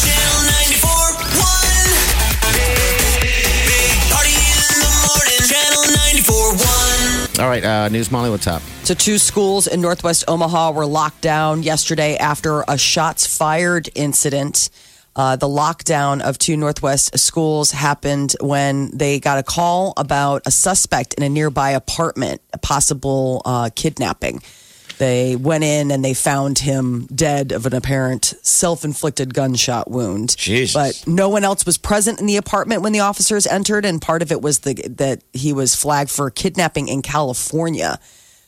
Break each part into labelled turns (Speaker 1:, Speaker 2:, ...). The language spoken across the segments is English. Speaker 1: Channel 94.1. Big, big party in the morning. Channel 94.1.
Speaker 2: All right, uh, News Molly, what's up?
Speaker 3: So, two schools in Northwest Omaha were locked down yesterday after a shots fired incident. Uh, the lockdown of two Northwest schools happened when they got a call about a suspect in a nearby apartment, a possible uh, kidnapping. They went in and they found him dead of an apparent self inflicted gunshot wound.
Speaker 2: Jesus.
Speaker 3: But no one else was present in the apartment when the officers entered, and part of it was the, that he was flagged for kidnapping in California.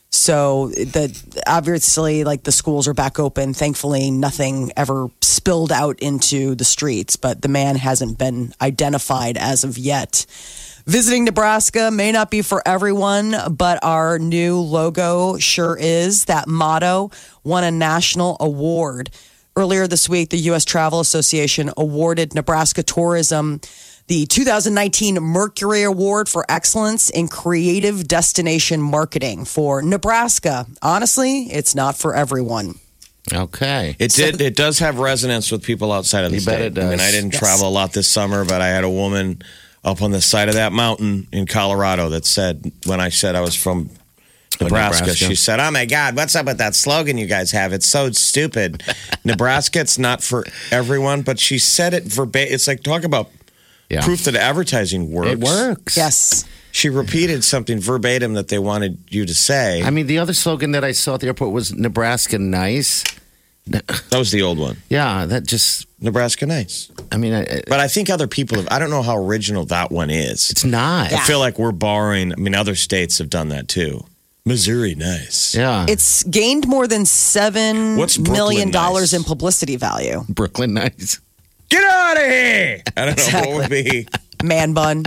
Speaker 3: So the obviously, like the schools are back open. Thankfully, nothing ever spilled out into the streets, but the man hasn't been identified as of yet. Visiting Nebraska may not be for everyone, but our new logo sure is. That motto won a national award. Earlier this week, the U.S. Travel Association awarded Nebraska Tourism the 2019 Mercury Award for Excellence in Creative Destination Marketing for Nebraska. Honestly, it's not for everyone.
Speaker 2: Okay.
Speaker 4: It did. It does have resonance with people outside of the
Speaker 2: You bet it
Speaker 4: state. I mean,
Speaker 2: does.
Speaker 4: I didn't
Speaker 3: Yes.
Speaker 4: travel a lot this summer, but I had a woman up on the side of that mountain in Colorado that said, when I said I was from Nebraska,
Speaker 2: Nebraska.
Speaker 4: she said, "Oh my God, what's up with that slogan you guys have? It's so stupid." Nebraska, it's not for everyone, but she said it verbatim. It's like talk about
Speaker 2: Yeah.
Speaker 4: proof that advertising works.
Speaker 2: It works.
Speaker 3: Yes.
Speaker 4: She repeated something verbatim that they wanted you to say.
Speaker 2: I mean, the other slogan that I saw at the airport was Nebraska nice.
Speaker 4: that was the old one,
Speaker 2: Yeah, that just,
Speaker 4: Nebraska Nice.
Speaker 2: I mean, I- I-
Speaker 4: But I think other people have. I don't know how original that one is.
Speaker 2: it's not.
Speaker 4: I feel like we're borrowing. I mean, other states have done that too. Missouri, nice.
Speaker 2: Yeah.
Speaker 3: It's gained more than seven million
Speaker 4: What's Brooklyn
Speaker 3: dollars
Speaker 4: nice?
Speaker 3: in publicity value.
Speaker 2: Brooklyn nice.
Speaker 4: Get out of here! I don't know what would be.
Speaker 3: Man bun,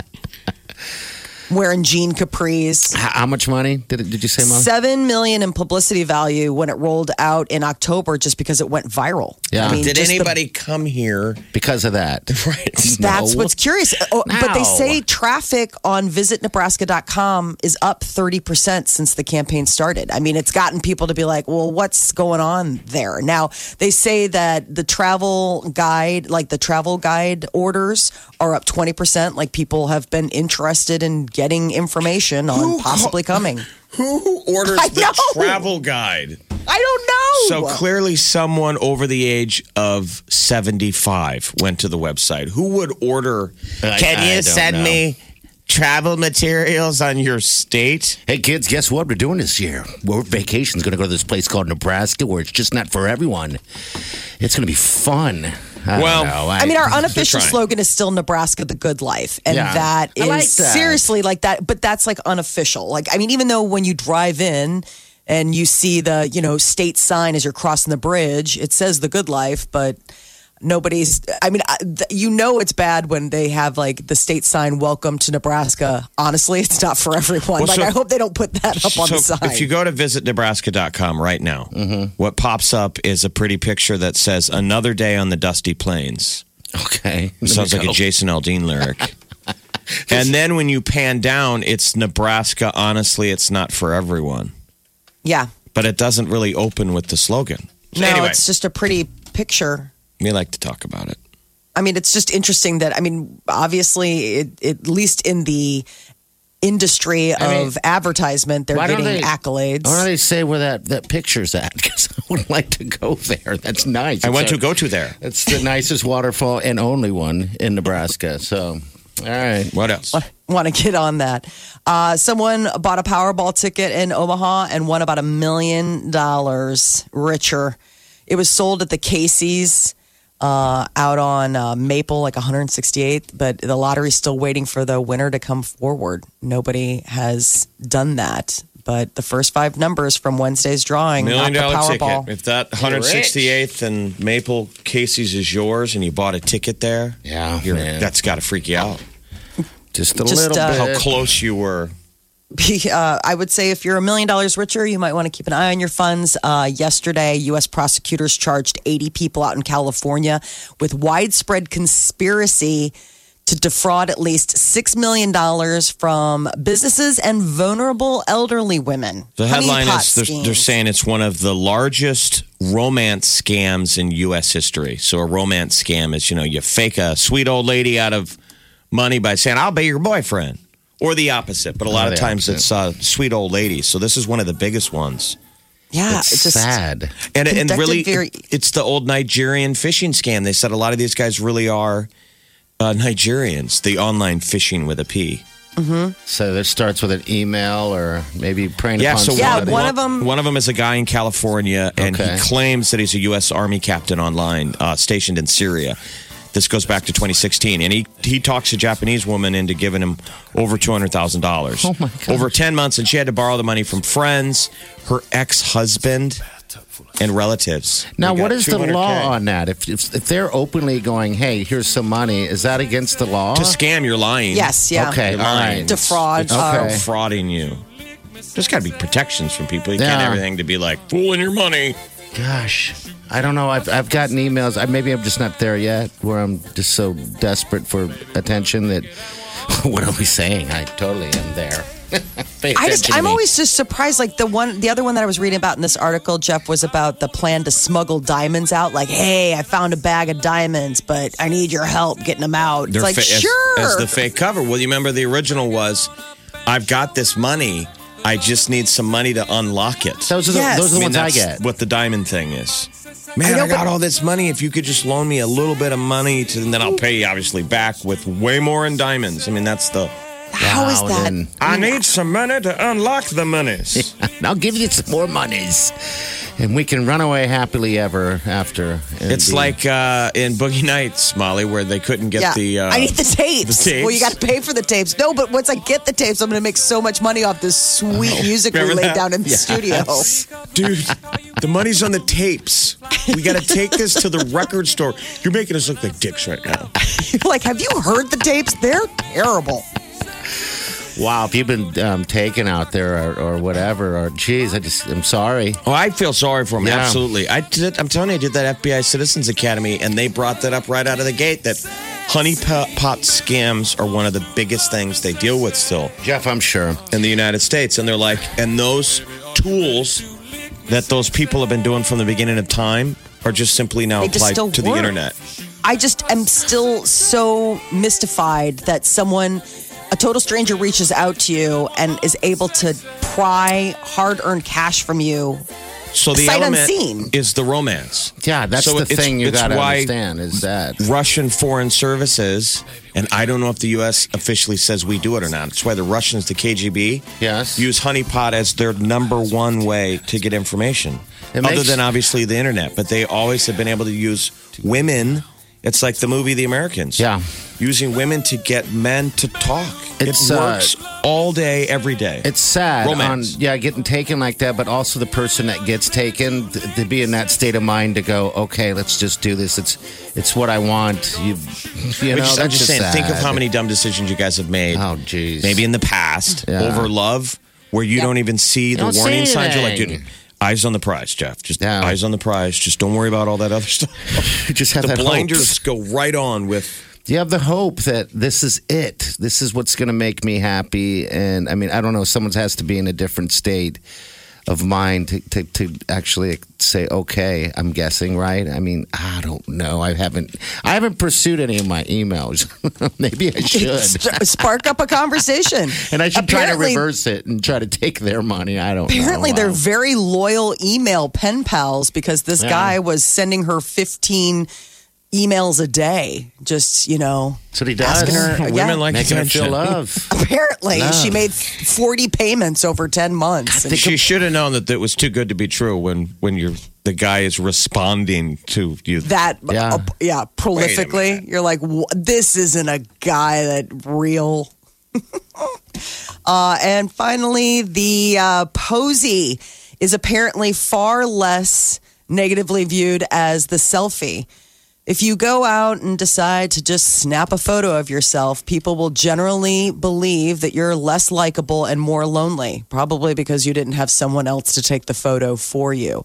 Speaker 3: wearing jean capris.
Speaker 2: How, how much money did, it, did you say, Mom?
Speaker 3: Seven million in publicity value when it rolled out in October, just because it went viral.
Speaker 2: Yeah.
Speaker 4: Did
Speaker 3: just the-
Speaker 4: anybody come here?
Speaker 2: because of that.
Speaker 4: Right.
Speaker 3: That's
Speaker 2: No.
Speaker 3: what's curious. Oh, But they
Speaker 2: No.
Speaker 3: say traffic on visitnebraska.com is up 30% since the campaign started. I mean, it's gotten people to be like, well, what's going on there? Now, they say that the travel guide, like the travel guide orders, are up 20%. Like people have been interested in getting information on possibly coming.
Speaker 4: Who orders
Speaker 3: I
Speaker 4: the
Speaker 3: know.
Speaker 4: travel guide?
Speaker 3: I don't know.
Speaker 4: So clearly, someone over the age of seventy-five went to the website. Who would order?
Speaker 2: I- I don't know.
Speaker 4: travel materials on your state?
Speaker 2: Hey, kids, guess what we're doing this year? We're vacation's going to go to this place called Nebraska where it's just not for everyone. It's going to be fun. I don't
Speaker 4: Well,
Speaker 2: know.
Speaker 3: I mean, our unofficial
Speaker 4: trying.
Speaker 3: slogan is still Nebraska, the good life. And
Speaker 2: Yeah.
Speaker 3: that
Speaker 2: I
Speaker 3: is
Speaker 2: like that.
Speaker 3: seriously like that, but that's like unofficial. Like, I mean, even though when you drive in and you see the, you know, state sign as you're crossing the bridge, it says the good life, but nobody's, I mean, I, th- you know, it's bad when they have like the state sign, welcome to Nebraska. Honestly, it's not for everyone.
Speaker 4: Well,
Speaker 3: like,
Speaker 4: so-
Speaker 3: I hope they don't put that up on the
Speaker 4: so
Speaker 3: sign.
Speaker 4: If you go to visitnebraska.com right now,
Speaker 2: Mm-hmm.
Speaker 4: what pops up is a pretty picture that says "Another Day on the Dusty Plains."
Speaker 2: okay.
Speaker 4: Sounds like a Jason Aldean lyric. and then when you pan down, it's Nebraska. Honestly, it's not for everyone,
Speaker 3: yeah.
Speaker 4: but it doesn't really open with the slogan. So
Speaker 3: No,
Speaker 4: anyway,
Speaker 3: it's just a pretty picture.
Speaker 4: we like to talk about it.
Speaker 3: I mean, it's just interesting that I mean, obviously, it, at least in the industry of
Speaker 2: mean,
Speaker 3: advertisement, they're
Speaker 2: Why don't
Speaker 3: getting
Speaker 2: they-
Speaker 3: accolades.
Speaker 2: Why don't they say where that, that picture's at? Because I would like to go there. That's nice.
Speaker 4: I went
Speaker 2: It's
Speaker 4: to
Speaker 2: a-
Speaker 4: go to there.
Speaker 2: It's the nicest waterfall and only one in Nebraska. So, all right.
Speaker 4: What else?
Speaker 3: Want to get on that? Uh, someone bought a Powerball ticket in Omaha and won about a million dollars richer. It was sold at the Casey's uh, out on uh, Maple, like 168th, but the lottery's still waiting for the winner to come forward. Nobody has done that, But the first five numbers from Wednesday's drawing, not
Speaker 4: Million
Speaker 3: the
Speaker 4: dollar ticket.
Speaker 3: Powerball.
Speaker 4: If that 168th and Maple Casey's is yours and you bought a ticket there,
Speaker 2: Yeah,
Speaker 4: you're,
Speaker 2: man.
Speaker 4: that's got to freak you out.
Speaker 2: Just a
Speaker 3: Just,
Speaker 2: little
Speaker 3: uh,
Speaker 2: bit.
Speaker 4: How close you were.
Speaker 3: uh, I would say if you're a million dollars richer, you might want to keep an eye on your funds. Uh, yesterday, U.S. prosecutors charged 80 people out in California with widespread conspiracy to defraud at least $6 million from businesses and vulnerable elderly women.
Speaker 4: The
Speaker 3: Honey
Speaker 4: headline
Speaker 3: pot
Speaker 4: is they're, they're
Speaker 3: schemes.
Speaker 4: saying it's one of the largest romance scams in U.S. history. So a romance scam is you know you fake a sweet old lady out of money by saying I'll be your boyfriend, or the opposite. But a lot
Speaker 2: Or
Speaker 4: of
Speaker 2: the
Speaker 4: times
Speaker 2: opposite.
Speaker 4: it's uh, sweet old ladies. So this is one of the biggest ones,
Speaker 3: yeah,
Speaker 2: it's
Speaker 3: it just,
Speaker 2: sad.
Speaker 4: and and
Speaker 3: Conducted
Speaker 4: really
Speaker 3: very-
Speaker 4: it's the old Nigerian phishing scam. They said a lot of these guys really are uh, Nigerians. The online phishing with a P.
Speaker 2: So that starts with an email or maybe praying
Speaker 4: Yeah,
Speaker 2: upon
Speaker 4: so
Speaker 3: Yeah,
Speaker 2: somebody.
Speaker 3: one of them-
Speaker 4: One of them is a guy in California, and
Speaker 2: Okay.
Speaker 4: he claims that he's a U.S. Army captain online, uh, stationed in Syria. This goes back to 2016, and he he talks a Japanese woman into giving him over two hundred thousand dollars
Speaker 2: Oh, my gosh.
Speaker 4: over ten months, and she had to borrow the money from friends, her ex husband, and relatives.
Speaker 2: Now,
Speaker 4: We
Speaker 2: what
Speaker 4: got
Speaker 2: is the
Speaker 4: 200K.
Speaker 2: law on that? If, if if they're openly going, hey, here's some money, is that against the law?
Speaker 4: To scam, you're lying.
Speaker 3: Yes, yeah.
Speaker 2: Okay, all right.
Speaker 3: Defraud,
Speaker 4: It's
Speaker 2: uh, Okay.
Speaker 4: frauding you. There's got to be protections from people. You can't
Speaker 2: Yeah.
Speaker 4: have everything to be like fooling your money.
Speaker 2: Gosh, I don't know. I've I've gotten emails. I, maybe I'm just not there yet, where I'm just so desperate for attention that. What are we saying? I totally am there. Pay
Speaker 3: I
Speaker 2: attention
Speaker 3: just,
Speaker 2: to
Speaker 3: I'm
Speaker 2: me.
Speaker 3: always just surprised. Like the one, the other one that I was reading about in this article, Jeff, was about the plan to smuggle diamonds out. Like, hey, I found a bag of diamonds, but I need your help getting them out.
Speaker 4: They're
Speaker 3: it's like,
Speaker 4: fa- as-
Speaker 3: sure.
Speaker 4: as, the fake cover. Well, you remember the original was, I've got this money. I just need some money to unlock it.
Speaker 2: Those are the,
Speaker 3: Yes.
Speaker 2: those are the
Speaker 4: I mean,
Speaker 2: ones I
Speaker 4: that's
Speaker 2: get.
Speaker 4: what the diamond thing is. Man,
Speaker 3: I
Speaker 4: I,
Speaker 3: know,
Speaker 4: got
Speaker 3: but-
Speaker 4: all this money. If you could just loan me a little bit of money, to, and then I'll pay you obviously back with way more in diamonds. I mean, that's the. Mm.
Speaker 3: How is
Speaker 2: Wow,
Speaker 3: that?
Speaker 2: then.
Speaker 4: I need some money to unlock the monies.
Speaker 2: And I'll give you some more monies, and we can run away happily ever after. and
Speaker 4: it's
Speaker 2: be-
Speaker 4: like uh, in Boogie Nights, Molly, where they couldn't get
Speaker 3: yeah,
Speaker 4: the. Uh,
Speaker 3: I need the tapes.
Speaker 4: the tapes.
Speaker 3: Well, you got to pay for the tapes. No, but once I get the tapes, I'm going to make so much money off this sweet music we
Speaker 4: Oh, Remember
Speaker 3: laid
Speaker 4: that?
Speaker 3: down in the studio.
Speaker 4: Dude, the money's on the tapes. We got to take this to the record store. You're making us look like dicks right now.
Speaker 3: like, have you heard the tapes? They're terrible.
Speaker 2: wow, if you've been um, taken out there or, or whatever, or geez, I just I'm sorry.
Speaker 4: Oh, I feel sorry for him.
Speaker 2: Yeah.
Speaker 4: Absolutely. I did, I'm telling you, I did that FBI Citizens Academy, and they brought that up right out of the gate that honey po- pot scams are one of the biggest things they deal with still
Speaker 2: Jeff, I'm sure.
Speaker 4: in the United States. And they're like, and those tools that those people have been doing from the beginning of time are just simply now
Speaker 3: They just
Speaker 4: applied to
Speaker 3: still
Speaker 4: the
Speaker 3: work.
Speaker 4: internet.
Speaker 3: I just am still so mystified that someone, a total stranger, reaches out to you and is able to pry hard earned cash from you.
Speaker 4: So the
Speaker 3: Sight
Speaker 4: element
Speaker 3: unseen.
Speaker 4: is the romance.
Speaker 2: Yeah, that's
Speaker 4: So
Speaker 2: the
Speaker 4: it's-
Speaker 2: thing you
Speaker 4: it's
Speaker 2: got to
Speaker 4: why-
Speaker 2: understand is that.
Speaker 4: Russian foreign services, and I don't know if the U.S. officially says we do it or not. It's why the Russians, the KGB,
Speaker 2: Yes.
Speaker 4: use honeypot as their number one way to get information,
Speaker 2: It
Speaker 4: other
Speaker 2: makes-
Speaker 4: than obviously the internet. But they always have been able to use women. It's like the movie The Americans.
Speaker 2: Yeah.
Speaker 4: using women to get men to talk.
Speaker 2: It's,
Speaker 4: it
Speaker 2: uh,
Speaker 4: works all day, every day.
Speaker 2: It's sad.
Speaker 4: Romance.
Speaker 2: On, yeah, getting taken like that, but also the person that gets taken th- to be in that state of mind to go, okay, let's just do this. It's it's what I want. You, you
Speaker 4: I'm
Speaker 2: know,
Speaker 4: just, I'm
Speaker 2: that's
Speaker 4: just saying. Think of
Speaker 2: sad.
Speaker 4: how many dumb decisions you guys have made.
Speaker 2: Oh, jeez.
Speaker 4: maybe in the past
Speaker 2: Yeah.
Speaker 4: over love where you don't even see the
Speaker 2: Don't see
Speaker 4: warning signs. You're like, dude,
Speaker 2: anything.
Speaker 4: eyes on the prize, Jeff. Just
Speaker 2: Yeah.
Speaker 4: eyes on the prize. Just don't worry about all that other stuff.
Speaker 2: you just have
Speaker 4: the
Speaker 2: that
Speaker 4: blinders
Speaker 2: hope.
Speaker 4: go right on with.
Speaker 2: You have the hope that this is it. This is what's going to make me happy. And I mean, I don't know. Someone has to be in a different state of mind to, to, to actually say, okay, I'm guessing, right? I mean, I don't know. I haven't, I haven't pursued any of my emails. Maybe I should.
Speaker 3: St- Spark up a conversation.
Speaker 2: And I should try
Speaker 3: Apparently-
Speaker 2: to reverse it and try to take their money. I don't
Speaker 3: Apparently,
Speaker 2: know.
Speaker 3: they're
Speaker 2: Wow.
Speaker 3: very loyal email pen pals because this
Speaker 2: Yeah.
Speaker 3: guy was sending her 15 emails a day. Just, you know,
Speaker 2: That's what he does.
Speaker 3: asking her-
Speaker 4: Women
Speaker 3: yeah.
Speaker 4: like
Speaker 2: Uh, Making her
Speaker 4: attention.
Speaker 2: feel love.
Speaker 3: apparently,
Speaker 2: Love.
Speaker 3: she made 40 payments over 10 months. And
Speaker 4: She should have known that that was too good to be true when when you're the guy is responding to you.
Speaker 3: that uh, yeah,
Speaker 2: Yeah.
Speaker 3: yeah prolifically you're like "Wha- this isn't a guy that real Uh, and finally, the uh, posy is apparently far less negatively viewed as the selfie. If you go out and decide to just snap a photo of yourself, people will generally believe that you're less likable and more lonely, probably because you didn't have someone else to take the photo for you.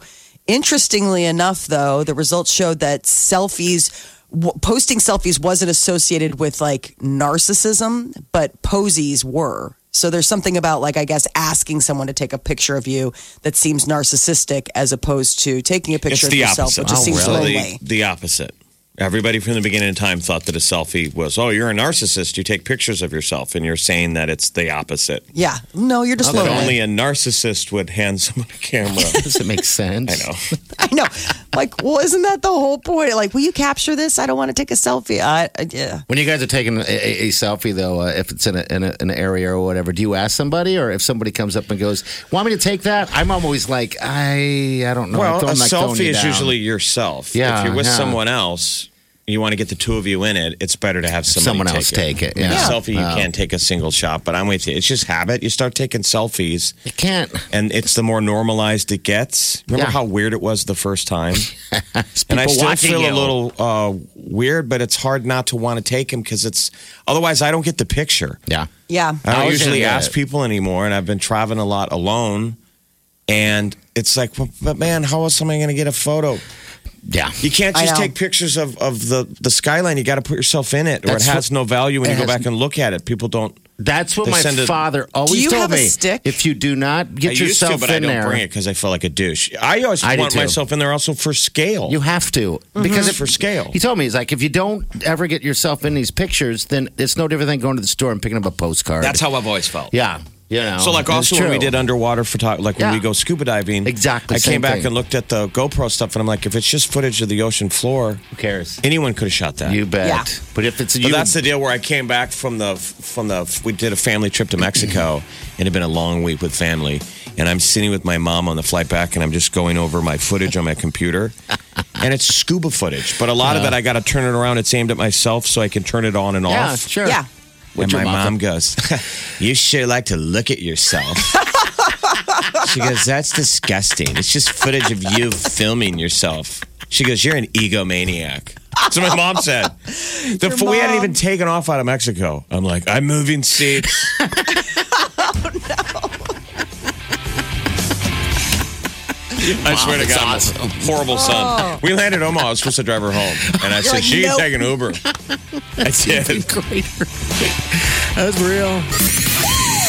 Speaker 3: Interestingly enough, though, the results showed that selfies, w- posting selfies wasn't associated with like narcissism, but posies were. So there's something about like I guess asking someone to take a picture of you that seems narcissistic as opposed to taking a picture
Speaker 4: It's
Speaker 3: of
Speaker 4: the
Speaker 3: yourself,
Speaker 4: opposite. Oh,
Speaker 3: which just seems
Speaker 4: the,
Speaker 3: lonely.
Speaker 4: the opposite. Everybody from the beginning of time thought that a selfie was, oh, you're a narcissist. You take pictures of yourself, and you're saying that it's the opposite.
Speaker 3: Yeah, no, you're just
Speaker 4: That
Speaker 3: lonely.
Speaker 4: only a narcissist would hand someone a camera.
Speaker 2: Does it make sense?
Speaker 4: I know.
Speaker 3: I know. Like, well, isn't that the whole point? Like, will you capture this? I don't want to take a selfie. I, I yeah.
Speaker 2: When you guys are taking a, a, a selfie, though, uh, if it's in, a, in a, an area or whatever, do you ask somebody, or if somebody comes up and goes, "Want me to take that?" I'm always like, I, I don't know. I'm
Speaker 4: Well, a
Speaker 2: throwing- like throwing
Speaker 4: selfie
Speaker 2: you
Speaker 4: is
Speaker 2: down.
Speaker 4: usually yourself.
Speaker 2: Yeah,
Speaker 4: If you're with
Speaker 2: yeah.
Speaker 4: someone else, you want to get the two of you in it. It's better to have somebody
Speaker 2: Someone
Speaker 4: take
Speaker 2: else
Speaker 4: it.
Speaker 2: take it,
Speaker 4: I mean, a
Speaker 2: yeah.
Speaker 4: selfie, you
Speaker 2: Yeah.
Speaker 4: can't take a single shot. But I'm with you. It's just habit. You start taking selfies,
Speaker 2: you can't.
Speaker 4: and it's the more normalized it gets. Remember
Speaker 2: Yeah.
Speaker 4: how weird it was the first time,
Speaker 2: It's
Speaker 4: and I
Speaker 2: people
Speaker 4: still
Speaker 2: watching
Speaker 4: feel
Speaker 2: you.
Speaker 4: a little uh, weird. But it's hard not to want to take them because it's otherwise I don't get the picture.
Speaker 2: Yeah.
Speaker 3: Yeah.
Speaker 4: I don't
Speaker 2: I was
Speaker 4: usually
Speaker 2: gonna do
Speaker 4: ask
Speaker 2: it.
Speaker 4: people anymore, and I've been traveling a lot alone. And it's like, well, but man, how is somebody going to get a photo?
Speaker 2: Yeah.
Speaker 4: You can't
Speaker 3: I
Speaker 4: just
Speaker 3: know.
Speaker 4: take pictures of, of the, the skyline. You got to put yourself in it, or
Speaker 2: That's
Speaker 4: it has
Speaker 2: what-
Speaker 4: no value when
Speaker 2: it
Speaker 4: you go
Speaker 2: has-
Speaker 4: back and look at it. People don't.
Speaker 2: That's what
Speaker 4: They
Speaker 2: my
Speaker 4: send a-
Speaker 2: father always
Speaker 3: you
Speaker 2: told
Speaker 3: have a
Speaker 2: me.
Speaker 3: stick?
Speaker 2: If you do not
Speaker 4: I
Speaker 2: get
Speaker 4: used
Speaker 2: yourself
Speaker 4: to, but
Speaker 2: in
Speaker 4: I don't
Speaker 2: there,
Speaker 4: bring it because I feel like a douche. I always
Speaker 2: I do
Speaker 4: want
Speaker 2: too.
Speaker 4: myself in there also for scale.
Speaker 2: You have to because
Speaker 4: It's Mm-hmm. for scale.
Speaker 2: He told me he's like, if you don't ever get yourself in these pictures, then it's no different than going to the store and picking up a postcard.
Speaker 4: That's how I've always felt.
Speaker 2: Yeah. You know.
Speaker 4: So, like,
Speaker 2: it's
Speaker 4: also when we
Speaker 2: true.
Speaker 4: did underwater photography, like when
Speaker 2: Yeah.
Speaker 4: we go scuba diving,
Speaker 2: Exactly,
Speaker 4: I came
Speaker 2: same
Speaker 4: back
Speaker 2: thing.
Speaker 4: and looked at the GoPro stuff, and I'm like, if it's just footage of the ocean floor,
Speaker 2: Who cares?
Speaker 4: anyone could have shot that.
Speaker 2: You bet.
Speaker 3: Yeah.
Speaker 2: But if it's
Speaker 4: But
Speaker 2: you,
Speaker 4: that's the deal where I came back from the from the we did a family trip to Mexico and it had been a long week with family and I'm sitting with my mom on the flight back and I'm just going over my footage on my computer and it's scuba footage but a lot of it I got to turn it around it's aimed at myself so I can turn it on and
Speaker 2: yeah,
Speaker 4: off
Speaker 2: sure.
Speaker 3: Yeah.
Speaker 4: and
Speaker 2: What'd
Speaker 4: my
Speaker 2: your mom
Speaker 4: mom goes you sure like to look at yourself she goes that's disgusting it's just footage of you filming yourself she goes you're an egomaniac that's what my mom said the f- we hadn't
Speaker 3: mom.
Speaker 4: even taken off out of Mexico. I'm like, I'm moving seats.
Speaker 3: Oh,
Speaker 4: I swear to
Speaker 2: that's
Speaker 4: God, I'm a horrible son. We landed in Omaha. I was supposed to drive her home, and I said,
Speaker 3: Oh. like,
Speaker 4: "She can
Speaker 3: nope.
Speaker 4: take an Uber." I did.
Speaker 2: That was real.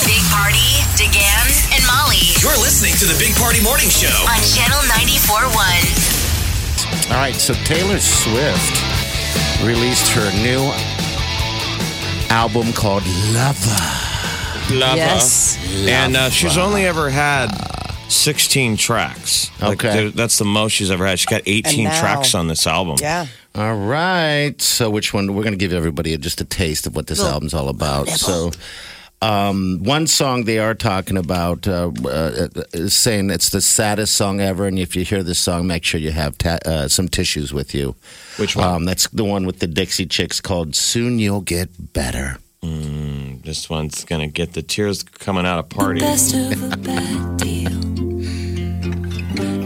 Speaker 5: Big Party, DeGan, and Molly
Speaker 1: You're listening to the Big Party Morning Show.
Speaker 5: on Channel 94.1.
Speaker 2: All right, so Taylor Swift released her new album called Lover.
Speaker 4: Lava.
Speaker 3: Yes.
Speaker 4: And uh, she's only ever had 16 tracks. Like,
Speaker 2: Okay.
Speaker 4: there- that's the most she's ever had. She's got 18
Speaker 3: now-
Speaker 4: tracks on this album.
Speaker 3: Yeah.
Speaker 2: All right, so which one? We're going to give everybody just a taste of what this album's all about. So, um, one song they are talking about uh, uh, is saying it's the saddest song ever, and if you hear this song, make sure you have ta- uh, some tissues with you.
Speaker 4: Which one?
Speaker 2: Um, that's the one with the Dixie Chicks called "Soon You'll Get Better."
Speaker 4: This one's going to get the tears coming out of party.
Speaker 6: best of a bad deal.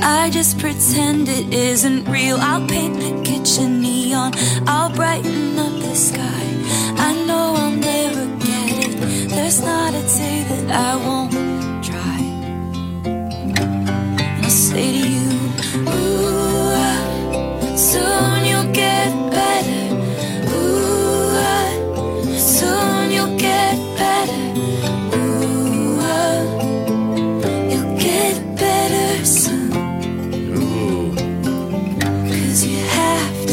Speaker 6: I just pretend it isn't real. I'll paint the kitchen neon. I'll brighten up the sky. I know I'll never get it. There's not a day that I won't try. And I'll say to you, Ooh, ah, soon you'll get better. Ooh, ah, soon you'll get better. Ooh, oh, you'll get better soon. Cause you have to.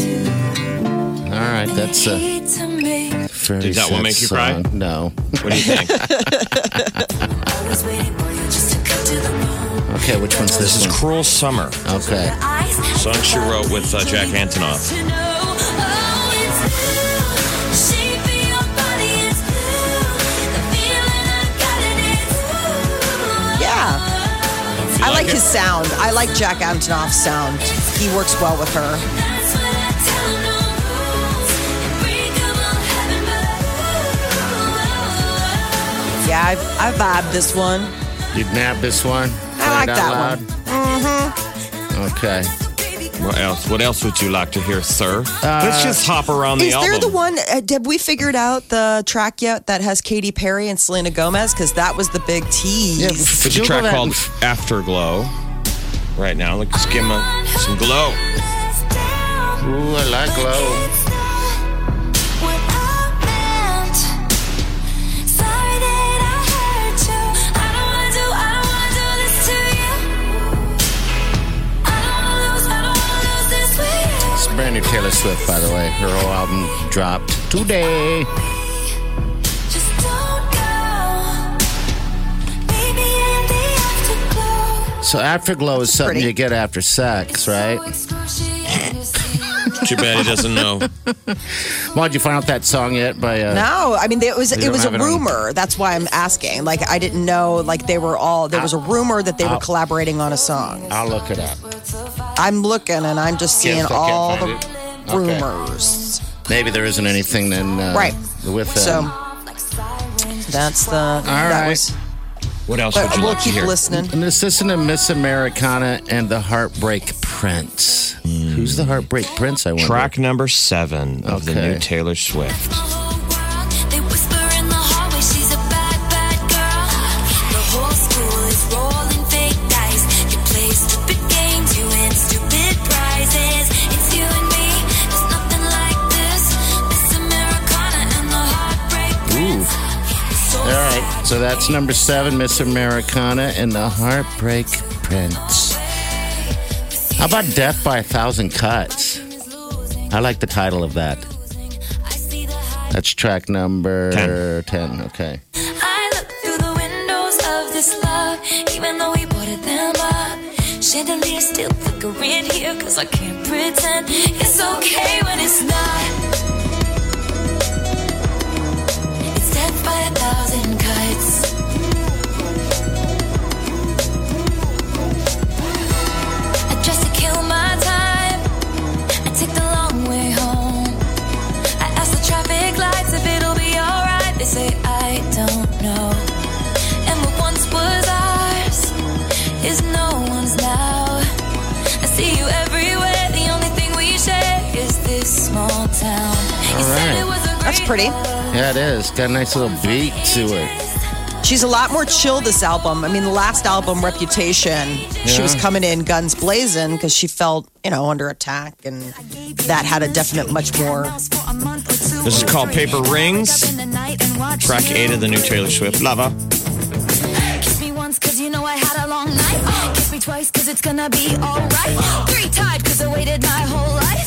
Speaker 2: All right, that's uh,
Speaker 6: Hate to make
Speaker 2: very
Speaker 4: Did that one
Speaker 2: sad
Speaker 4: make you cry?
Speaker 2: song. No.
Speaker 4: What do you think?
Speaker 6: I was waiting for you just to come to the bone.
Speaker 2: Okay, which one's
Speaker 4: this
Speaker 2: this
Speaker 4: is
Speaker 2: one?
Speaker 4: Cruel Summer.
Speaker 2: Okay.
Speaker 4: Song she wrote with, uh, Jack Antonoff.
Speaker 6: Oh,
Speaker 3: Yeah. I like
Speaker 4: like it?
Speaker 3: his sound. I like Jack Antonoff's sound. He works well with her.
Speaker 6: Yeah.
Speaker 3: Yeah, I, I vibe this one.
Speaker 2: You nab this one. Play
Speaker 3: like
Speaker 2: it out
Speaker 3: that
Speaker 2: loud?
Speaker 3: one. Mm-hmm.
Speaker 2: Okay.
Speaker 4: What else? What else would you like to hear, sir?
Speaker 2: Uh,
Speaker 4: Let's just hop around the
Speaker 3: Is
Speaker 4: album.
Speaker 3: there the one? Uh, did we figured out the track yet that has Katy Perry and Selena Gomez? Because that was the big tease.
Speaker 2: Yeah,
Speaker 4: There's a
Speaker 2: Google
Speaker 4: track
Speaker 2: that
Speaker 4: called
Speaker 2: and-
Speaker 4: Afterglow. Right now, let's just give him a, some glow.
Speaker 2: Ooh, I like glow. It's brand new Taylor Swift, by the way. Her whole album dropped today.
Speaker 6: Just don't go. Maybe in the afterglow.
Speaker 2: So afterglow is something
Speaker 3: pretty.
Speaker 2: you get after sex, right?
Speaker 4: Too bad he doesn't know.
Speaker 2: Why'd you find out that song yet? By uh,
Speaker 3: No, I mean it was
Speaker 2: They
Speaker 3: it
Speaker 2: don't
Speaker 3: was a
Speaker 2: have it on-
Speaker 3: rumor. That's why I'm asking. Like I didn't know. Like they were all there was a rumor that they were collaborating on a song.
Speaker 2: I'll look it up.
Speaker 3: I'm looking and I'm just seeing
Speaker 2: Can't- I can't
Speaker 3: all
Speaker 2: find
Speaker 3: the
Speaker 2: it. Okay.
Speaker 3: rumors.
Speaker 2: Maybe there isn't anything then. Uh,
Speaker 3: Right.
Speaker 2: With that.
Speaker 3: So that's the. that
Speaker 2: right.
Speaker 3: was,
Speaker 4: What else
Speaker 3: but uh,
Speaker 4: would you
Speaker 3: we'll
Speaker 4: like to
Speaker 3: keep
Speaker 4: hear?
Speaker 3: listening.
Speaker 2: And this isn't a Miss Americana and the Heartbreak Prince. Who's the Heartbreak Prince? I wonder.
Speaker 4: Track number seven of the
Speaker 2: Okay.
Speaker 4: new Taylor Swift.
Speaker 6: They whisper in the hallway, she's a bad, bad girl. The whole school is rolling fake dice. You play stupid games, you win stupid prizes. It's you and me, there's nothing like this. This Americana and the heartbreak. Prince. It's so
Speaker 2: All right. So that's number seven, Miss Americana and the Heartbreak Prince. How about Death by a Thousand Cuts? I like the title of that. That's track number
Speaker 4: Ten.
Speaker 2: 10 okay.
Speaker 6: I look through the windows of this love, even though we boarded them up. Chandelier still flickering here, cause I can't pretend it's okay when it's not. It's death by a thousand cuts. I dress to kill my time, I take the long way home. I ask the traffic lights if it'll be alright. They say I don't know. And what once was ours is no one's now. I see you everywhere. The only thing we share is this small town. You said
Speaker 2: Alright.
Speaker 6: it was a
Speaker 3: That's
Speaker 6: great
Speaker 3: pretty.
Speaker 2: Yeah, it is. Got a nice little beat to it.
Speaker 3: She's a lot more chill this album. I mean, the last album, Reputation, she was coming in guns blazing because she felt, you know, under attack, and that had a definite much more.
Speaker 4: This is called Paper Rings. Track eight of the new Taylor Swift. Lava.
Speaker 6: Kiss me once cause you know I had a long night. Kiss me twice cause it's gonna be alright. Three times cause I waited my whole life.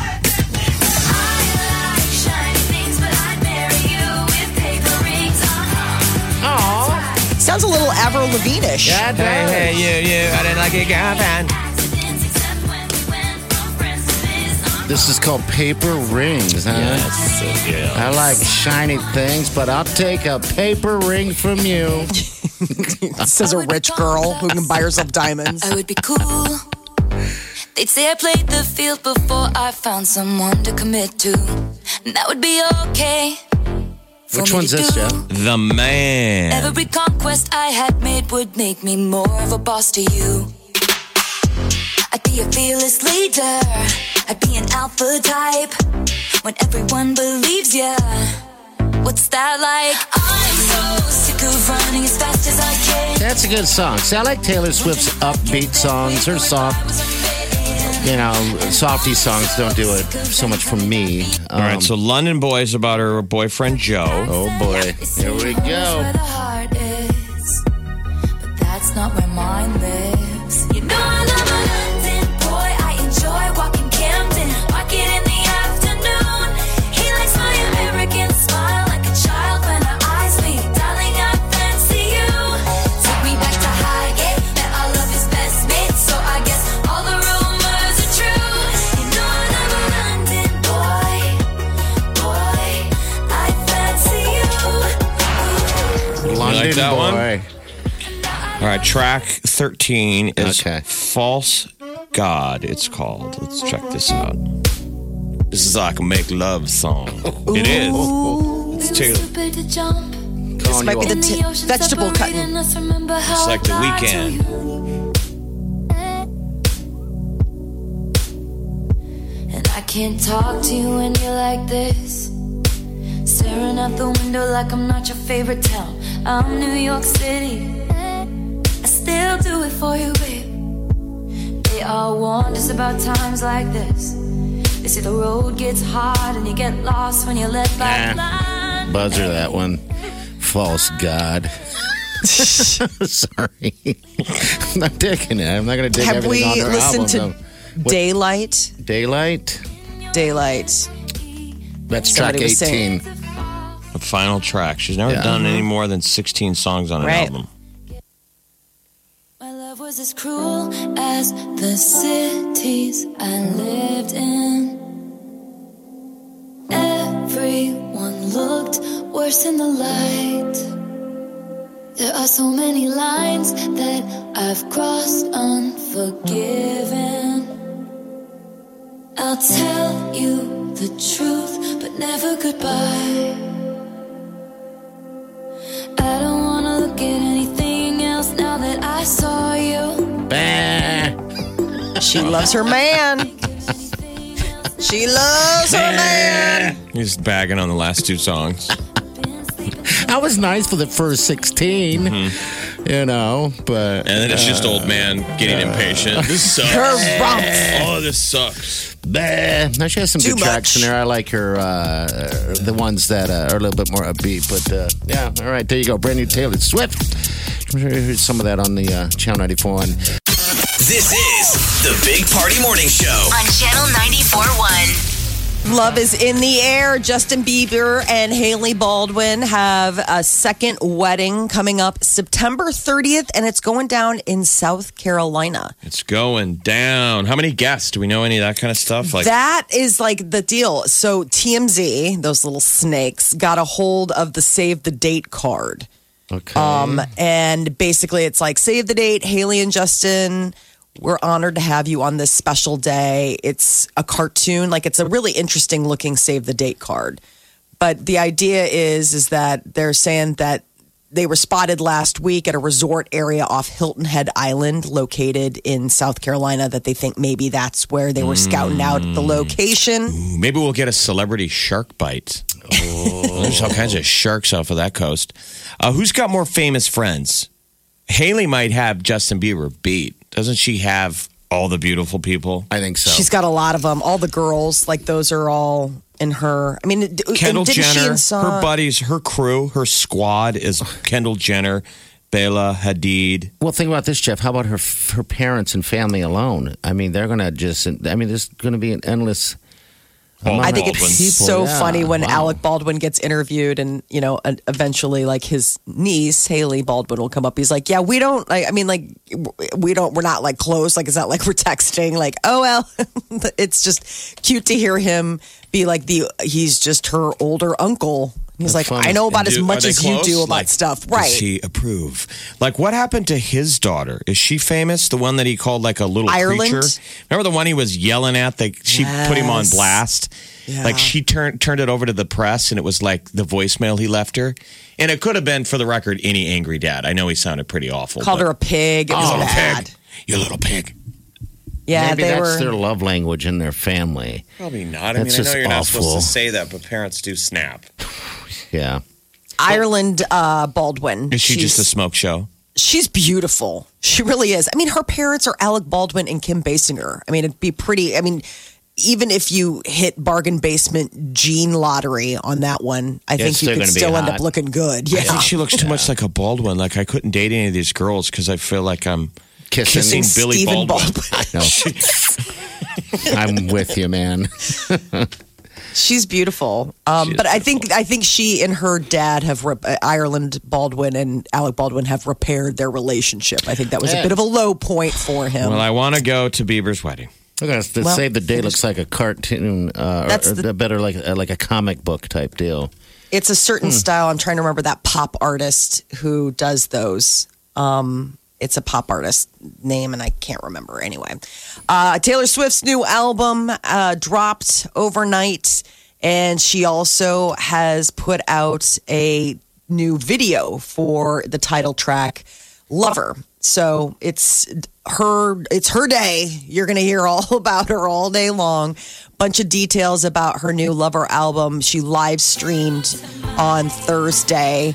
Speaker 6: I like shiny things, but I'd marry you with paper rings. Uh-huh.
Speaker 3: Sounds a little Avril Lavigne-ish.
Speaker 4: Hey, hey, you, you. I didn't like it, girlfriend.
Speaker 6: Accidents, except when we went from friends to biz. Uh-huh.
Speaker 2: This is called Paper Rings, huh?
Speaker 4: Yes, yeah.
Speaker 2: I like shiny things, but I'll take a paper ring from you.
Speaker 3: This is a rich girl who can buy herself diamonds.
Speaker 6: I would be cool. They'd say I played the field before I found someone to commit to. And that would be okay. for
Speaker 2: Which
Speaker 6: me
Speaker 2: one's
Speaker 6: to
Speaker 2: this,
Speaker 6: do.
Speaker 2: Jeff?
Speaker 4: The man.
Speaker 6: Every conquest I had made would make me more of a boss to you. I'd be a fearless leader. I'd be an alpha type. When everyone believes ya, what's that like? I'm so sick of running as fast as I can.
Speaker 2: That's a good song. See, I like Taylor Swift's upbeat songs. Her soft, you know, softy songs don't do it so much for me. Um,
Speaker 4: All right, so London Boy is about her boyfriend Joe.
Speaker 2: oh boy, here we go.
Speaker 6: Where the heart is, but that's not where mine lives. You know I love a London boy. I enjoy walking Camden, walking in the afternoon. He likes my American smile, like a child when our eyes meet. Darling, I fancy you. Take me back to Highgate, met all of his best mates. So I guess all the rumors are true. You know I love a London boy. Boy, I fancy you.
Speaker 2: London
Speaker 4: like that one?
Speaker 2: boy.
Speaker 4: All right, track 13 is
Speaker 2: Okay.
Speaker 4: False God, it's called. Let's check this out. This is like a make love song. It is. It's Taylor.
Speaker 6: Stupid to jump.
Speaker 3: this
Speaker 2: on
Speaker 3: might
Speaker 2: you
Speaker 3: be the
Speaker 2: all.
Speaker 3: t- vegetable cutting.
Speaker 6: It's
Speaker 4: like the weekend.
Speaker 6: And I can't talk to you when you're like this. Staring out the window like I'm not your favorite town. I'm New York City. I still do it for you, babe. They all warned us about times like this. They say the road gets hard and you get lost when you're led
Speaker 2: Nah.
Speaker 6: by blind.
Speaker 2: Buzzer that one. False God. Sorry. I'm not digging it. I'm not going to dig
Speaker 3: Have
Speaker 2: everything
Speaker 3: we
Speaker 2: on their
Speaker 3: listened
Speaker 2: album,
Speaker 3: to
Speaker 2: What-
Speaker 3: Daylight?
Speaker 2: though. Daylight?
Speaker 3: Daylight.
Speaker 2: That's
Speaker 3: Somebody
Speaker 2: track
Speaker 3: was
Speaker 2: 18.
Speaker 3: saying-
Speaker 4: The final track. She's never
Speaker 2: Yeah. Uh-huh.
Speaker 4: done any more than 16 songs on an
Speaker 3: Right.
Speaker 4: album.
Speaker 6: My love was as cruel as the cities I lived in. Everyone looked worse in the light. There are so many lines that I've crossed unforgiven. I'll tell you the truth, but never goodbye. I don't wanna look at anything else now that I saw you.
Speaker 2: Bah.
Speaker 3: She loves her man. She loves her man.
Speaker 4: He's bagging on the last two songs.
Speaker 2: That was nice for the first 16,
Speaker 4: Mm-hmm.
Speaker 2: you know, but
Speaker 4: And then it's just old
Speaker 3: Uh,
Speaker 4: man getting impatient. This sucks.
Speaker 3: Her
Speaker 4: Oh, this sucks.
Speaker 2: bah. Now she has some
Speaker 3: Too
Speaker 2: good tracks in
Speaker 3: much.
Speaker 2: there. I like her, uh, the ones that uh, are a little bit more upbeat, but uh, yeah, all right, there you go. Brand new Taylor Swift. I'm sure you heard some of that on the uh, Channel 94 one.
Speaker 1: This is the Big Party Morning Show.
Speaker 5: on Channel 94.1.
Speaker 3: Love is in the air. Justin Bieber and Haley Baldwin have a second wedding coming up September 30th, and it's going down in South Carolina.
Speaker 4: It's going down. How many guests? Do we know any of that kind of stuff? Like
Speaker 3: that is like the deal. So TMZ, those little snakes, got a hold of the save the date card.
Speaker 2: Okay.
Speaker 3: Um,
Speaker 4: Mm-hmm.
Speaker 3: and basically, it's like save the date, Haley and Justin. We're honored to have you on this special day. It's a cartoon, like it's a really interesting looking save the date card. But the idea is is that they're saying that they were spotted last week at a resort area off Hilton Head Island, located in South Carolina. That they think maybe that's where they were scouting out the
Speaker 4: Mm.
Speaker 3: location.
Speaker 4: maybe we'll get a celebrity shark bite.
Speaker 3: Oh.
Speaker 4: There's all kinds of sharks off of that coast. Uh, who's got more famous friends? Haley might have Justin Bieber beat. Doesn't she have all the beautiful people?
Speaker 2: I think so.
Speaker 3: She's got a lot of them. All the girls, like those, are all in her. I mean, d-
Speaker 4: Kendall
Speaker 3: didn't she
Speaker 4: Jenner,
Speaker 3: and some-
Speaker 4: her buddies, her crew, her squad is Kendall Jenner, Bela Hadid.
Speaker 2: Well, think about this, Jeff. How about her her parents and family alone? I mean, they're gonna just. I mean, there's gonna be an endless. amount
Speaker 3: I think
Speaker 2: of
Speaker 3: it's
Speaker 2: people.
Speaker 3: so
Speaker 2: Yeah,
Speaker 3: funny when
Speaker 2: wow.
Speaker 3: Alec Baldwin gets interviewed, and you know, and eventually, like his niece Haley Baldwin will come up. He's like, "Yeah, we don't. I, I mean, like, we don't. We're not like close. Like, it's not like we're texting. Like, oh well, it's just cute to hear him be like the. He's just her older uncle. He's like,
Speaker 2: That's funny.
Speaker 3: I know about as
Speaker 4: And do-
Speaker 3: much
Speaker 4: are they
Speaker 3: as you
Speaker 4: close?
Speaker 3: do about
Speaker 4: Like,
Speaker 3: stuff,
Speaker 4: Does
Speaker 3: right?
Speaker 4: he approve? Like, what happened to his daughter? Is she famous? The one that he called like a little
Speaker 3: Ireland?
Speaker 4: creature. Remember the one he was yelling at? That she put him on
Speaker 3: Yes.
Speaker 4: blast.
Speaker 3: Yeah.
Speaker 4: Like she turned turned it over to the press, and it was like the voicemail he left her. And it could have been, for the record, any angry dad. I know he sounded pretty awful.
Speaker 3: Called
Speaker 4: but-
Speaker 3: her a pig. It was
Speaker 4: little
Speaker 3: bad.
Speaker 4: Oh, pig. You little pig.
Speaker 3: Yeah,
Speaker 2: Maybe
Speaker 3: they
Speaker 2: that's
Speaker 3: were.
Speaker 2: their love language in their family.
Speaker 4: Probably not.
Speaker 2: I That's mean, I know just you're not supposed to awful.
Speaker 4: say that, but parents do snap.
Speaker 2: Yeah.
Speaker 3: Ireland uh, Baldwin.
Speaker 4: Is she just a
Speaker 3: She's-
Speaker 4: smoke show?
Speaker 3: she's beautiful. She really is. I mean, her parents are Alec Baldwin and Kim Basinger. I mean, it'd be pretty. I mean, even if you hit bargain basement gene lottery on that one, I think
Speaker 2: still
Speaker 3: you could
Speaker 2: gonna be
Speaker 3: still end
Speaker 2: hot.
Speaker 3: up looking good.
Speaker 4: I
Speaker 3: Yeah.
Speaker 4: think she looks too much like a Baldwin. Like I couldn't date any of these girls because I feel like I'm
Speaker 2: Kissing.
Speaker 4: kissing Billy
Speaker 3: Stephen
Speaker 4: Baldwin.
Speaker 2: No. I'm with you, man.
Speaker 3: She's beautiful. Um,
Speaker 4: She is
Speaker 3: but I think I think she and her dad have rep- uh, Ireland Baldwin and Alec Baldwin have repaired their relationship. I think that was a
Speaker 2: Yeah.
Speaker 3: bit of a low point for him.
Speaker 4: Well, I want to go to Bieber's wedding.
Speaker 2: Look at us. The
Speaker 3: Well,
Speaker 2: Save the Day looks like a cartoon, uh, or,
Speaker 3: That's
Speaker 2: or
Speaker 3: the-
Speaker 2: better like uh, like a comic book type deal.
Speaker 3: it's a certain style. I'm trying to remember that pop artist who does those. Um, it's a pop artist name, and I can't remember anyway. Uh, Taylor Swift's new album uh, dropped overnight, and she also has put out a new video for the title track Lover. So it's her it's her day. You're going to hear all about her all day long. Bunch of details about her new Lover album. She live streamed on Thursday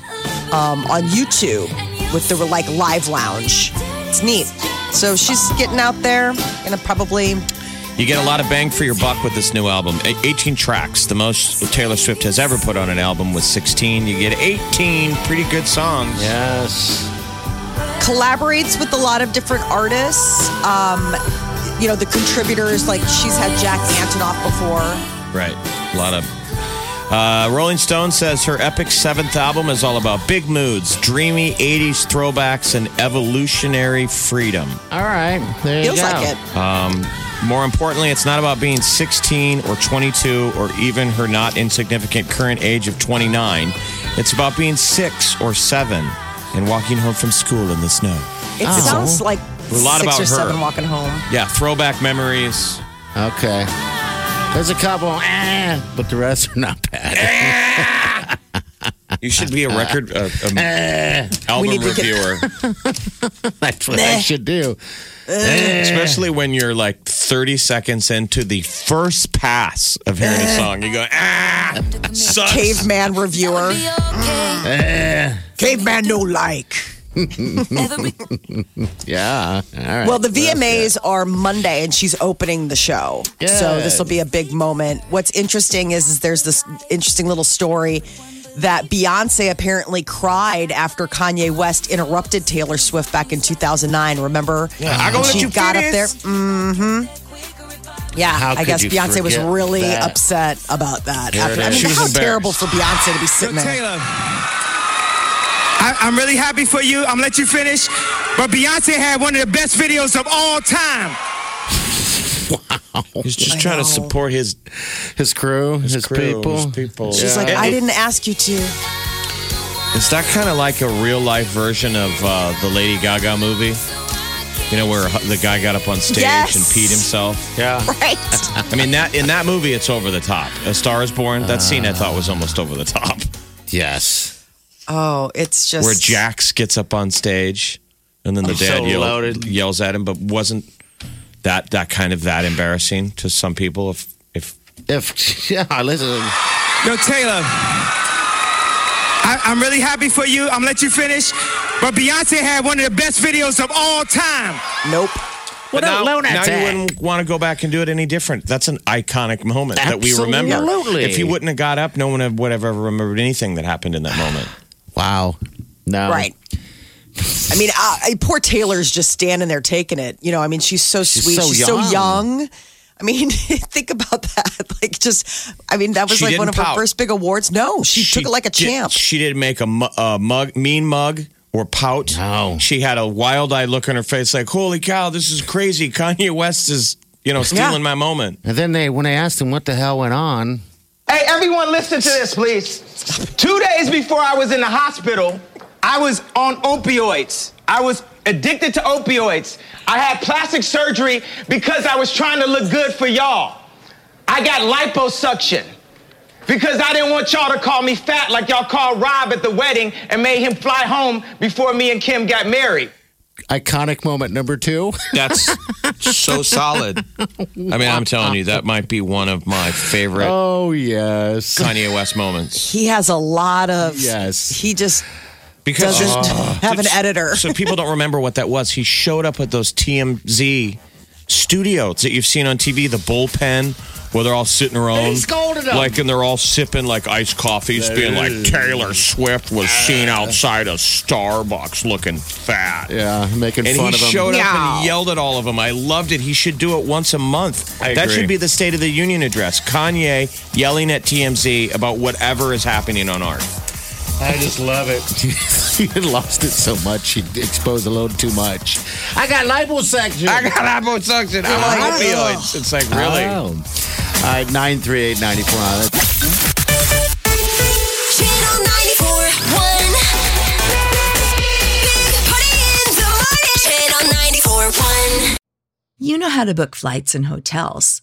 Speaker 3: um, on YouTube with the like live lounge. It's neat. So she's getting out there and probably
Speaker 4: You get a lot of bang for your buck with this new album. E- 18 tracks, the most Taylor Swift has ever put on an album was 16. You get 18 pretty good songs.
Speaker 2: Yes.
Speaker 3: collaborates with a lot of different artists. Um, you know, the contributors, like she's had Jack Antonoff before.
Speaker 4: Right. A lot of. Uh, Rolling Stone says her epic seventh album is all about big moods, dreamy 80s throwbacks, and evolutionary freedom.
Speaker 2: All right. There you
Speaker 3: Feels
Speaker 2: go.
Speaker 3: like it.
Speaker 4: More importantly, it's not about being 16 or 22 or even her not insignificant current age of 29. It's about being six or seven and walking home from school in the snow.
Speaker 3: It sounds like
Speaker 4: A lot
Speaker 3: six
Speaker 4: about
Speaker 3: or
Speaker 4: her.
Speaker 3: seven walking home.
Speaker 4: Yeah, throwback memories.
Speaker 2: Okay. There's a couple, eh, but the rest are not bad.
Speaker 4: You should be a record uh, um,
Speaker 3: Eh, We
Speaker 4: album
Speaker 3: need to get-
Speaker 4: reviewer,
Speaker 2: That's what I should do.
Speaker 3: Eh.
Speaker 4: especially when you're like 30 seconds into the first pass of hearing
Speaker 3: Eh.
Speaker 4: a song. You go, ah, sucks.
Speaker 3: Caveman reviewer.
Speaker 6: Be okay.
Speaker 3: Caveman no like.
Speaker 6: Every
Speaker 2: Yeah. All right.
Speaker 3: Well, the VMAs are Monday, and she's opening the show. So
Speaker 2: Good.
Speaker 3: this will be a big moment. What's interesting is, is there's this interesting little story that Beyonce apparently cried after Kanye West interrupted Taylor Swift back in 2009. Remember?
Speaker 4: I gonna
Speaker 3: And
Speaker 4: let
Speaker 3: she
Speaker 4: you
Speaker 3: got up
Speaker 4: finish.
Speaker 3: there. Mm-hmm. Yeah,
Speaker 2: How
Speaker 3: I
Speaker 2: could
Speaker 3: guess
Speaker 2: you
Speaker 3: Beyonce was
Speaker 2: forget
Speaker 3: really
Speaker 2: that?
Speaker 3: upset about that.
Speaker 4: There
Speaker 3: after-
Speaker 4: it
Speaker 3: I
Speaker 4: is.
Speaker 3: mean,
Speaker 4: She was
Speaker 3: how terrible for Beyonce to be
Speaker 7: So
Speaker 3: sitting there.
Speaker 7: Taylor, I, I'm really happy for you. I'm gonna let you finish. But Beyonce had one of the best videos of all time.
Speaker 4: He's just trying to support his
Speaker 2: his crew, his,
Speaker 4: crew,
Speaker 2: people.
Speaker 4: his people.
Speaker 3: She's like,
Speaker 4: Yeah.
Speaker 3: I didn't ask you to.
Speaker 4: Is that kind of like a real life version of uh, the Lady Gaga movie? You know, where the guy got up on stage
Speaker 3: Yes.
Speaker 4: and peed himself?
Speaker 2: Yeah.
Speaker 3: Right.
Speaker 4: I mean, that in that movie, it's over the top. A Star is Born, that scene I thought was almost over the top.
Speaker 2: Yes.
Speaker 3: Oh, it's just
Speaker 4: Where Jax gets up on stage and then the
Speaker 2: I'm
Speaker 4: dad
Speaker 2: so
Speaker 4: yell-
Speaker 2: loaded.
Speaker 4: yells at him, but wasn't that, that kind of that embarrassing to some people? If, if
Speaker 2: If yeah, listen.
Speaker 7: Yo, Taylor, I, I'm really happy for you. I'm gonna let you finish. But Beyonce had one of the best videos of all time.
Speaker 3: nope.
Speaker 4: But
Speaker 2: a
Speaker 4: now,
Speaker 2: lunatic.
Speaker 4: now you wouldn't want to go back and do it any different. That's an iconic moment that we remember.
Speaker 2: Absolutely.
Speaker 4: If he wouldn't have got up, no one would have ever remembered anything that happened in that moment.
Speaker 2: Wow. No.
Speaker 3: Right. I mean, uh, I, I- poor Taylor's just standing there taking it. You know, I mean, she's so sweet.
Speaker 2: so
Speaker 3: she's so
Speaker 2: young.
Speaker 3: young. I mean, think about that. Like, just, I mean, that was
Speaker 4: She
Speaker 3: like one of
Speaker 4: didn't
Speaker 3: her
Speaker 4: pout.
Speaker 3: first big awards. No, she, took it like a
Speaker 4: did-
Speaker 3: champ.
Speaker 4: she didn't make a, mu- a mug, mean mug or pout.
Speaker 2: No.
Speaker 4: She had a wild eyed look on her face like, holy cow, this is crazy. Kanye West is, you know, stealing
Speaker 3: Yeah.
Speaker 4: my moment.
Speaker 2: And then they, when they asked him what the hell went on,
Speaker 8: Hey, everyone, listen to this, please. Two days before I was in the hospital, I was on opioids. I was addicted to opioids. I had plastic surgery because I was trying to look good for y'all. I got liposuction because I didn't want y'all to call me fat like y'all called Rob at the wedding and made him fly home before me and Kim got married.
Speaker 2: iconic moment number two.
Speaker 4: That's so solid. I mean, I'm telling you, that might be one of my favorite
Speaker 2: oh yes.
Speaker 4: Kanye West moments.
Speaker 3: he has a lot of,
Speaker 2: Yes.
Speaker 3: he just
Speaker 4: Because
Speaker 3: doesn't have an
Speaker 4: So-
Speaker 3: editor.
Speaker 4: so people don't remember what that was. He showed up at those TMZ studios that you've seen on TV, the bullpen, where they're all sitting around,
Speaker 2: he scolded 'em.
Speaker 4: like, and they're all sipping like iced coffees, being like Taylor Swift was seen outside a Starbucks looking fat.
Speaker 2: Yeah, making
Speaker 4: And
Speaker 2: fun
Speaker 4: he
Speaker 2: of him.
Speaker 4: showed up and yelled at all of them. I loved it. He should do it once a month.
Speaker 2: I
Speaker 4: that
Speaker 2: agree.
Speaker 4: should be the State of the Union address. Kanye yelling at TMZ about whatever is happening on art.
Speaker 2: I just love it. he had lost it so much. He exposed a little too much. I got liposuction.
Speaker 4: I got liposuction. I'm on opioids. It's like really.
Speaker 2: Oh. All right, 938 94.
Speaker 5: Channel 941. Big Party in the morning. Channel 941.
Speaker 9: You know how to book flights and hotels.